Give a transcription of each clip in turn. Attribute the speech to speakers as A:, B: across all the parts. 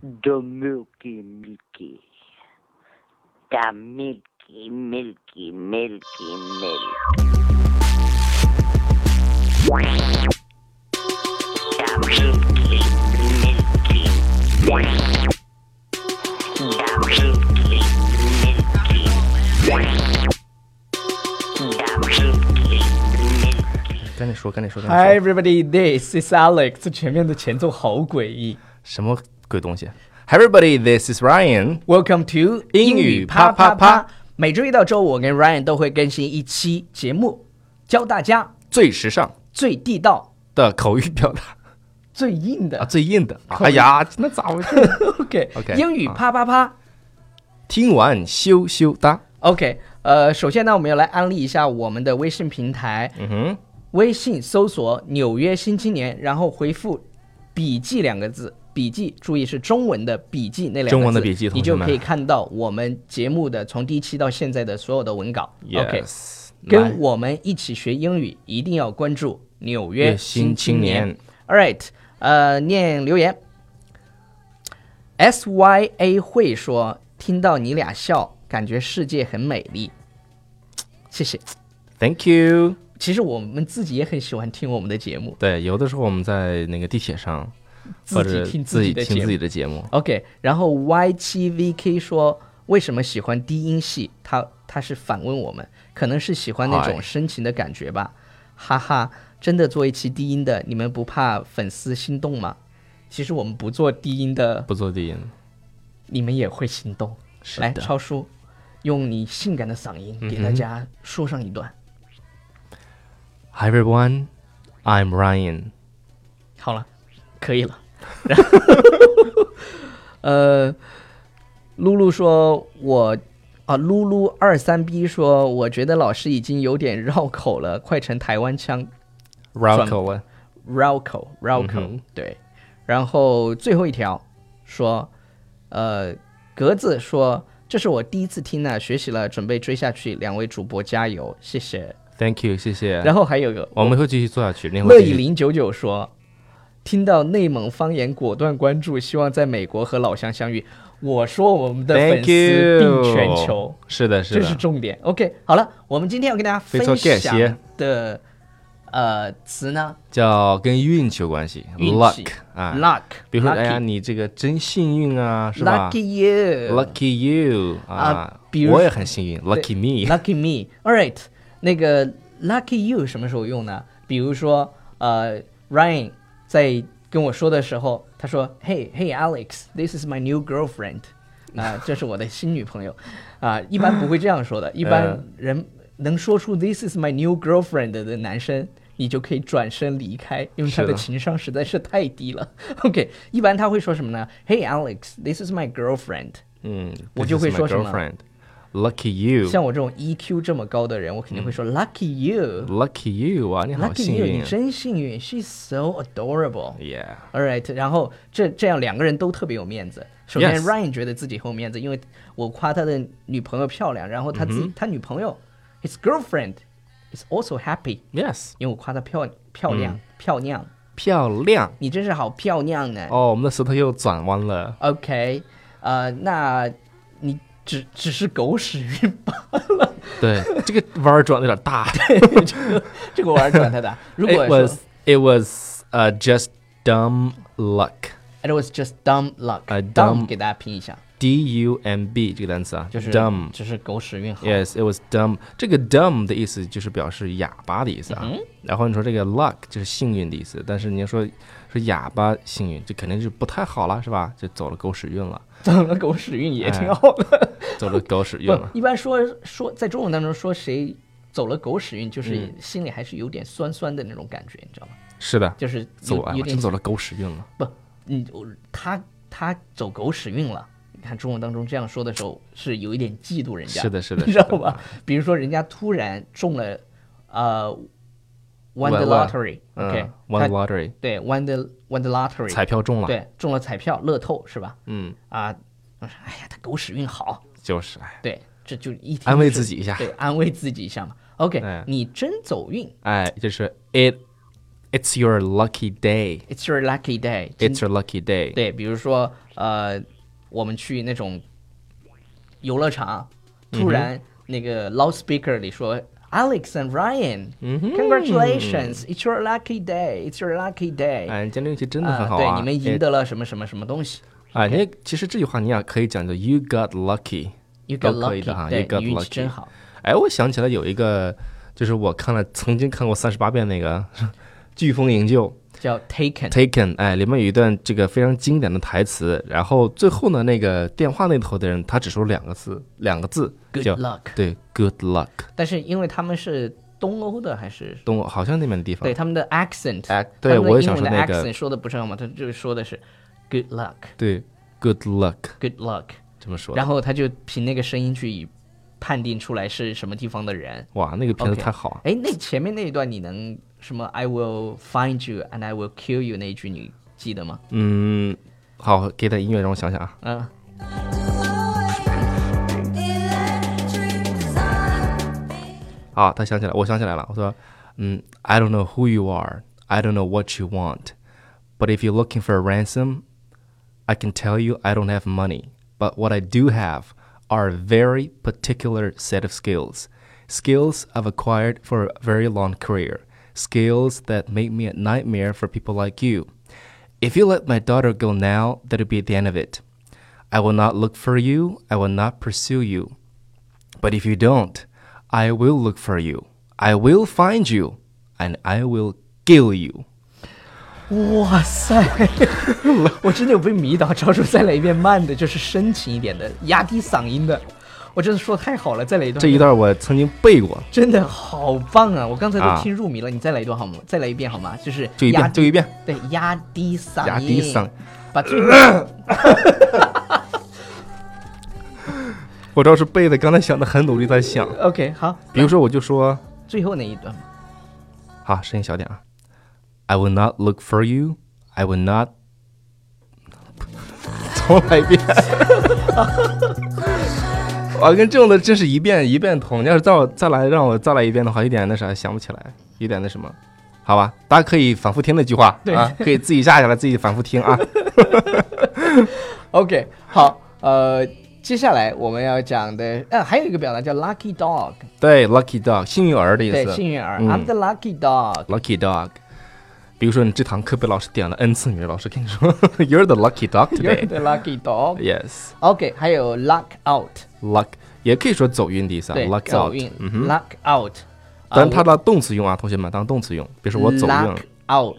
A: The Milky Milky. The Milky Milky Milky Milk. The Milky Milky Milk. The Milky Milky Milk. The Milky Milky
B: 赶紧说，赶紧说，赶紧
C: Hi
B: 说，
C: everybody, this is Alex。这前面的前奏好诡异。
B: 什么鬼东西？Hi everybody, this is Ryan。
C: Welcome to
B: 英语啪啪啪。
C: 每周一到周五，我跟 Ryan 都会更新一期节目，教大家
B: 最时尚
C: 最地道、
B: 的口语表达
C: 最硬的。
B: 啊，最硬的。
C: 口语
B: 哎呀，那咋回 事？
C: OK
B: OK，
C: 英语啪啪啪。
B: 听完羞羞哒。
C: OK，呃，首先呢，我们要来安利一下我们的微信平台，
B: 嗯哼，
C: 微信搜索“纽约新青年”，然后回复“笔记”两个字。笔记，注意是中文的笔记那两个字，
B: 中文的笔记
C: 你
B: 同学
C: 就
B: 们
C: 可以看到我们节目的从第一期到现在的所有的文稿。OK，
B: Yes，来
C: 跟我们一起学英语，一定要关注纽约新青年。。All right，呃，念留言。S Y A 会说：“听到你俩笑，感觉世界很美丽。”谢谢。
B: Thank you。
C: 其实我们自己也很喜欢听我们的节目，
B: 对，有的时候我们在那个地铁上，
C: 自
B: 或
C: 己
B: 者
C: 听
B: 自
C: 己
B: 己
C: 的
B: 听
C: 节
B: 自
C: 目
B: 己。的节目。
C: OK，然后 Y 七 V K 说：“为什么喜欢低音系？”他他是反问我们，可能是喜欢那种
B: 嗨
C: 深情的感觉吧。哈哈，真的做一期低音的，你们不怕粉丝心动吗？其实我们不做低音的，
B: 不做低音，
C: 你们也会心动。
B: 是
C: 来，
B: 的
C: 超叔，用你性感的嗓音给大
B: 嗯
C: 家说上一段。
B: Hi everyone, I'm Ryan。
C: 好了，可以 了。然后呃，露露说我。啊，露露二三 B 说，我觉得老师已经有点绕口了，快成台湾腔，
B: 绕口了，
C: 绕口绕口、
B: 嗯哼
C: 对。然后最后一条说，呃，格子说，这是我第一次听呢、学习了，准备追下去。两位主播加油，谢谢。
B: Thank you，谢谢。
C: 然后还有个
B: 我们会继续做下去。另外
C: 乐
B: 继
C: 以
B: 续
C: 零九九说，听到内蒙方言，果断关注，希望在美国和老乡相遇。我说我们的粉丝
B: Thank
C: 并
B: you，
C: 全球，
B: 是的，
C: 这
B: 的，
C: 是重点。OK，好了，我们今天要跟大家分
B: 非常感谢
C: 享的呃词呢
B: 叫跟运气有关系
C: 运气
B: ，luck 啊。
C: ，luck，
B: 比如说，哎呀，
C: lucky
B: 你这个真幸运啊，是吧
C: lucky you，
B: ？Lucky you 啊
C: 啊比如，
B: 我也很幸运，Lucky me。
C: Lucky me. All right，那个 Lucky you 什么时候用呢？比如说，呃，Ryan 在跟我说的时候，他说：“Hey, hey, Alex, this is my new girlfriend。”啊，这是我的新女朋友。啊，一般不会这样说的。一般人能说出 “This is my new girlfriend” 的男生，你就可以转身离开，因为
B: 是
C: 他的
B: 的
C: 情商实在是太低了。OK，一 般他会说什么呢？Hey, Alex, this is my girlfriend。
B: 嗯，
C: 我就会说什么
B: l u c k y you，
C: 像我这种 EQ 这么高的人，我肯定会说 “Lucky you”。
B: Lucky you 啊，你好
C: Lucky
B: 幸
C: you，
B: 运
C: 你
B: 啊
C: 真幸运，She's so adorable。
B: ，Yeah，
C: All right，然后这这样两个人都特别有面子。首先
B: Yes
C: Ryan 觉得自己很有面子，因为我夸他的女朋友漂亮，然后他
B: 嗯
C: 自己、他女朋友，his girlfriend is also happy，
B: yes，
C: 因为我夸她漂漂亮、
B: 嗯
C: 漂亮，
B: 漂亮
C: 你真是好漂亮呢。
B: 哦，我们的舌头又转弯了，
C: OK，呃，那你只只是狗屎运罢 了，
B: 对，这个弯儿转的有点大。
C: 这个我玩转他的。如果
B: It
C: 说
B: was it was uh just dumb luck。
C: it was just dumb luck，dumb、
B: 呃 dumb
C: 给大家拼一下，
B: D U M B 这个单词啊，
C: 就是
B: dumb。
C: 只是狗屎运好。
B: Yes, it was dumb。这个 dumb 的意思就是表示哑巴的意思啊。
C: 嗯
B: 然后你说这个 luck 就是幸运的意思，但是你要说说哑巴幸运，这肯定就不太好了，是吧？就走了狗屎运了，
C: 走了狗屎运也
B: 哎
C: 挺好的。
B: 走了狗屎运了
C: 不，。 一般说说在中文当中说谁走了狗屎运，
B: 嗯
C: 就是心里还是有点酸酸的那种感觉，你知道吗？
B: 是的，
C: 就是
B: 走
C: 有
B: 啊，
C: 有
B: 我
C: 点
B: 真走了狗屎运了。
C: 不，你我他他走狗屎运了。你看中文当中这样说的时候，是有一点嫉妒人家，
B: 是的是的
C: 你知
B: 是的
C: 道吧？比如说人家突然中了，呃，won the
B: Well, well,
C: lottery，OK，
B: 嗯，one lottery
C: 对，won the won the lottery，
B: 彩票中了。，
C: 对，中了彩票乐透是吧？
B: 嗯，
C: 啊，我说哎呀，他狗屎运好，
B: 就是哎
C: 对，这就一听
B: 安慰
C: 就
B: 自己啊一下
C: 对，安慰自己一下嘛。OK，、
B: 哎
C: 你真走运
B: 哎，就是 it It's your lucky day.
C: It's your lucky day 今。
B: It's your lucky day.
C: 对，比如说呃，我们去那种游乐场，
B: 嗯
C: 突然那个 loudspeaker 里说。Alex and Ryan,
B: 嗯
C: congratulations! It's your lucky day. It's your lucky day.
B: 哎，今天这期真的很
C: 啊，
B: 好啊！
C: 对，你们赢得了什么什么什么东西
B: 哎。哎，那其实这句话你也可以讲作 “You got lucky”，
C: ？You
B: 都
C: got
B: 可以的
C: lucky，
B: 哈。
C: 对
B: You，got
C: 你运气
B: lucky，
C: 真好。。
B: 哎，我想起来有一个，就是我看了曾经看过三十八遍那个 《飓风营救》。
C: 叫 Taken，
B: Taken，哎，里面有一段这个非常经典的台词，然后最后呢，那个电话那头的人他只说两个字，两个字
C: Good
B: 叫
C: luck
B: 对，good luck，
C: 但是因为他们是东欧的还是？
B: 懂我好像那边的地方
C: 对，他们的 accent，
B: 哎啊对
C: 他们的
B: 我也
C: 英
B: 想
C: 文的
B: 说那个
C: accent 说的不是很好，他就是说的是 good luck，good
B: 对，good luck
C: luck，
B: 这么说的。
C: 然后他就凭那个声音去判定出来是什么地方的人。
B: 哇，那个片子
C: OK
B: 太好了。
C: 哎，那前面那一段你能什么 I will find you and I will kill you 那一句你记得吗？
B: 嗯，好，给点音乐让我想想啊。
C: 嗯，
B: 啊，他想起来，我想起来了，我说，嗯，I don't know who you are, I don't know what you want, but if you're looking for a ransom, I can tell you I don't have money, but what I do have are a very particular set of skills, skills I've acquired for a very long career, skills that make me a nightmare for people like you. If you let my daughter go now, that'll be the end of it. I will not look for you, I will not pursue you. But if you don't, I will look for you. I will find you, and I will kill you.
C: 哇塞，我真的有被迷倒。招数再来一遍慢的，就是深情一点的，压低嗓音的。我真的说得太好了，再来一段。
B: 这一段我曾经背过，
C: 真的好棒啊！我刚才
B: 啊
C: 都听入迷了，你再来一段好吗？再来一遍好吗？就是
B: 就一
C: 压
B: 遍，就一遍。
C: 对，压低嗓音，
B: 压低嗓，
C: 把最后
B: 我倒是背的，刚才想的很努力在想。
C: OK 好，
B: 比如说，我就说，
C: 最后那一段嘛。
B: 好，声音小点啊。I will not look for you. I will not. 重来一遍。 我跟这种的真是一遍一遍通。你要是再我再来让我再来一遍的话，有点那啥想不起来，有点那什么。好吧，大家可以反复听那句话
C: 对
B: 啊，可以自己下下来，自己反复听 啊。
C: OK 好，呃，接下来我们要讲的，呃，还有一个表达叫 lucky dog，
B: 对，lucky dog，幸运儿的意
C: 对，
B: 思。
C: 幸运儿、
B: 嗯
C: i m the lucky dog。
B: lucky dog。比如说你这堂课被老师点了 n 次，你老师跟你说 ，You're the lucky dog
C: You're
B: today。
C: the lucky dog。
B: Yes,
C: OK，还有 luck out，
B: luck 也可以说走运的意思啊
C: 对
B: ，luck
C: 走
B: out
C: 运。
B: 嗯哼，
C: luck out，呃
B: 但它当动词用啊，同学们当动词用。比如说我走运
C: luck，out，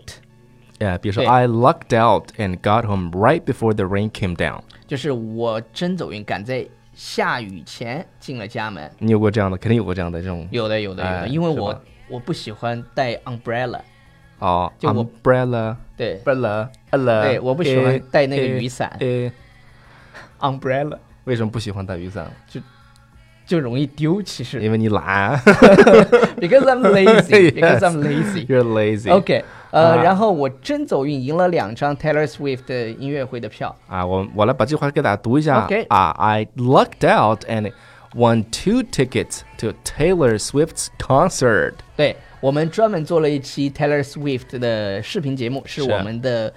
B: 哎，比如说
C: 对
B: I lucked out and got home right before the rain came down。
C: 就是我真走运，赶在下雨前进了家门。
B: 你有过这样的，肯定有过这样的这种
C: 有的有的有的，
B: 哎
C: 因为
B: 是
C: 我
B: 吧
C: 我不喜欢带 umbrella，
B: 哦
C: 就我
B: ，umbrella
C: 对
B: umbrella umbrella。
C: 对我不喜欢带那个雨伞
B: 哎，哎
C: umbrella
B: 为什么不喜欢带雨伞？
C: 就容易丢。其实
B: 因为你懒
C: because I'm lazy, because I'm lazy。
B: ，You're lazy。
C: OK，呃，
B: 啊
C: 然后我真走运赢了两张 Taylor Swift 的音乐会的票。
B: 啊，我我来把这话给大家读一下
C: OK
B: 啊。I lucked out and won two tickets to Taylor Swift's concert。
C: 对我们专门做了一期 Taylor Swift 的视频节目，是
B: 是
C: 我们的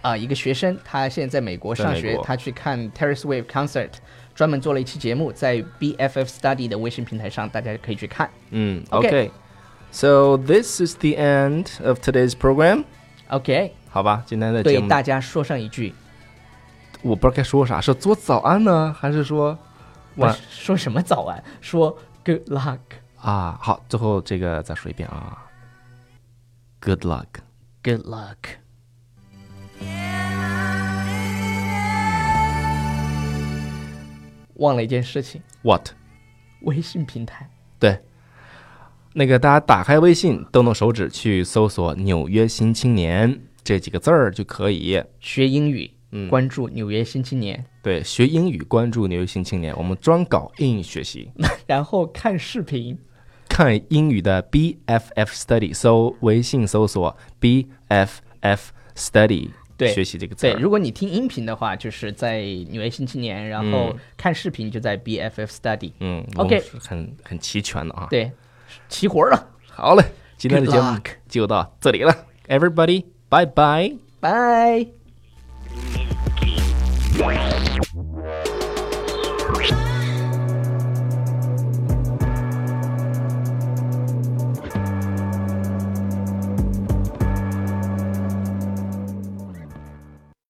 C: 啊、一个学生，他现在在美国
B: 在
C: 上
B: 美
C: 学，
B: 国
C: 他去看 Taylor Swift concert，专门做了一期节目，在 BFF Study 的微信平台上，大家可以去看。
B: 嗯
C: OK
B: So this is the end of today's program。
C: OK，
B: 好吧，今天的节
C: 对
B: 目
C: 大家说上一句，
B: 我不知道该说啥，是做早安呢，还是说
C: 我
B: 晚
C: 说什么早安？说 Good luck，
B: 啊？好，最后这个再说一遍啊。Good luck。
C: Good luck。忘了一件事情，
B: What？
C: 微信平台。
B: 对，那个大家打开微信，动动手指去搜索“纽约新青年”这几个字儿就可以。
C: 学英语，关注《纽约新青年
B: 对，学英语关注纽约新青年，我们专搞英语学习，》，
C: 然后看视频。
B: 看英语的 BFF Study，搜微信搜索 BFF Study，
C: 对，
B: 学习这个词
C: 对，
B: 儿。
C: 如果你听音频的话，就是在《纽约新青年》，然后看视频就在 BFF Study。
B: 嗯我们
C: ，OK，
B: 是很很齐全的啊。，
C: 对，齐活了。
B: 好嘞，今天的节目
C: Good luck
B: 就到这里了。 everybody. Bye bye.
C: Bye.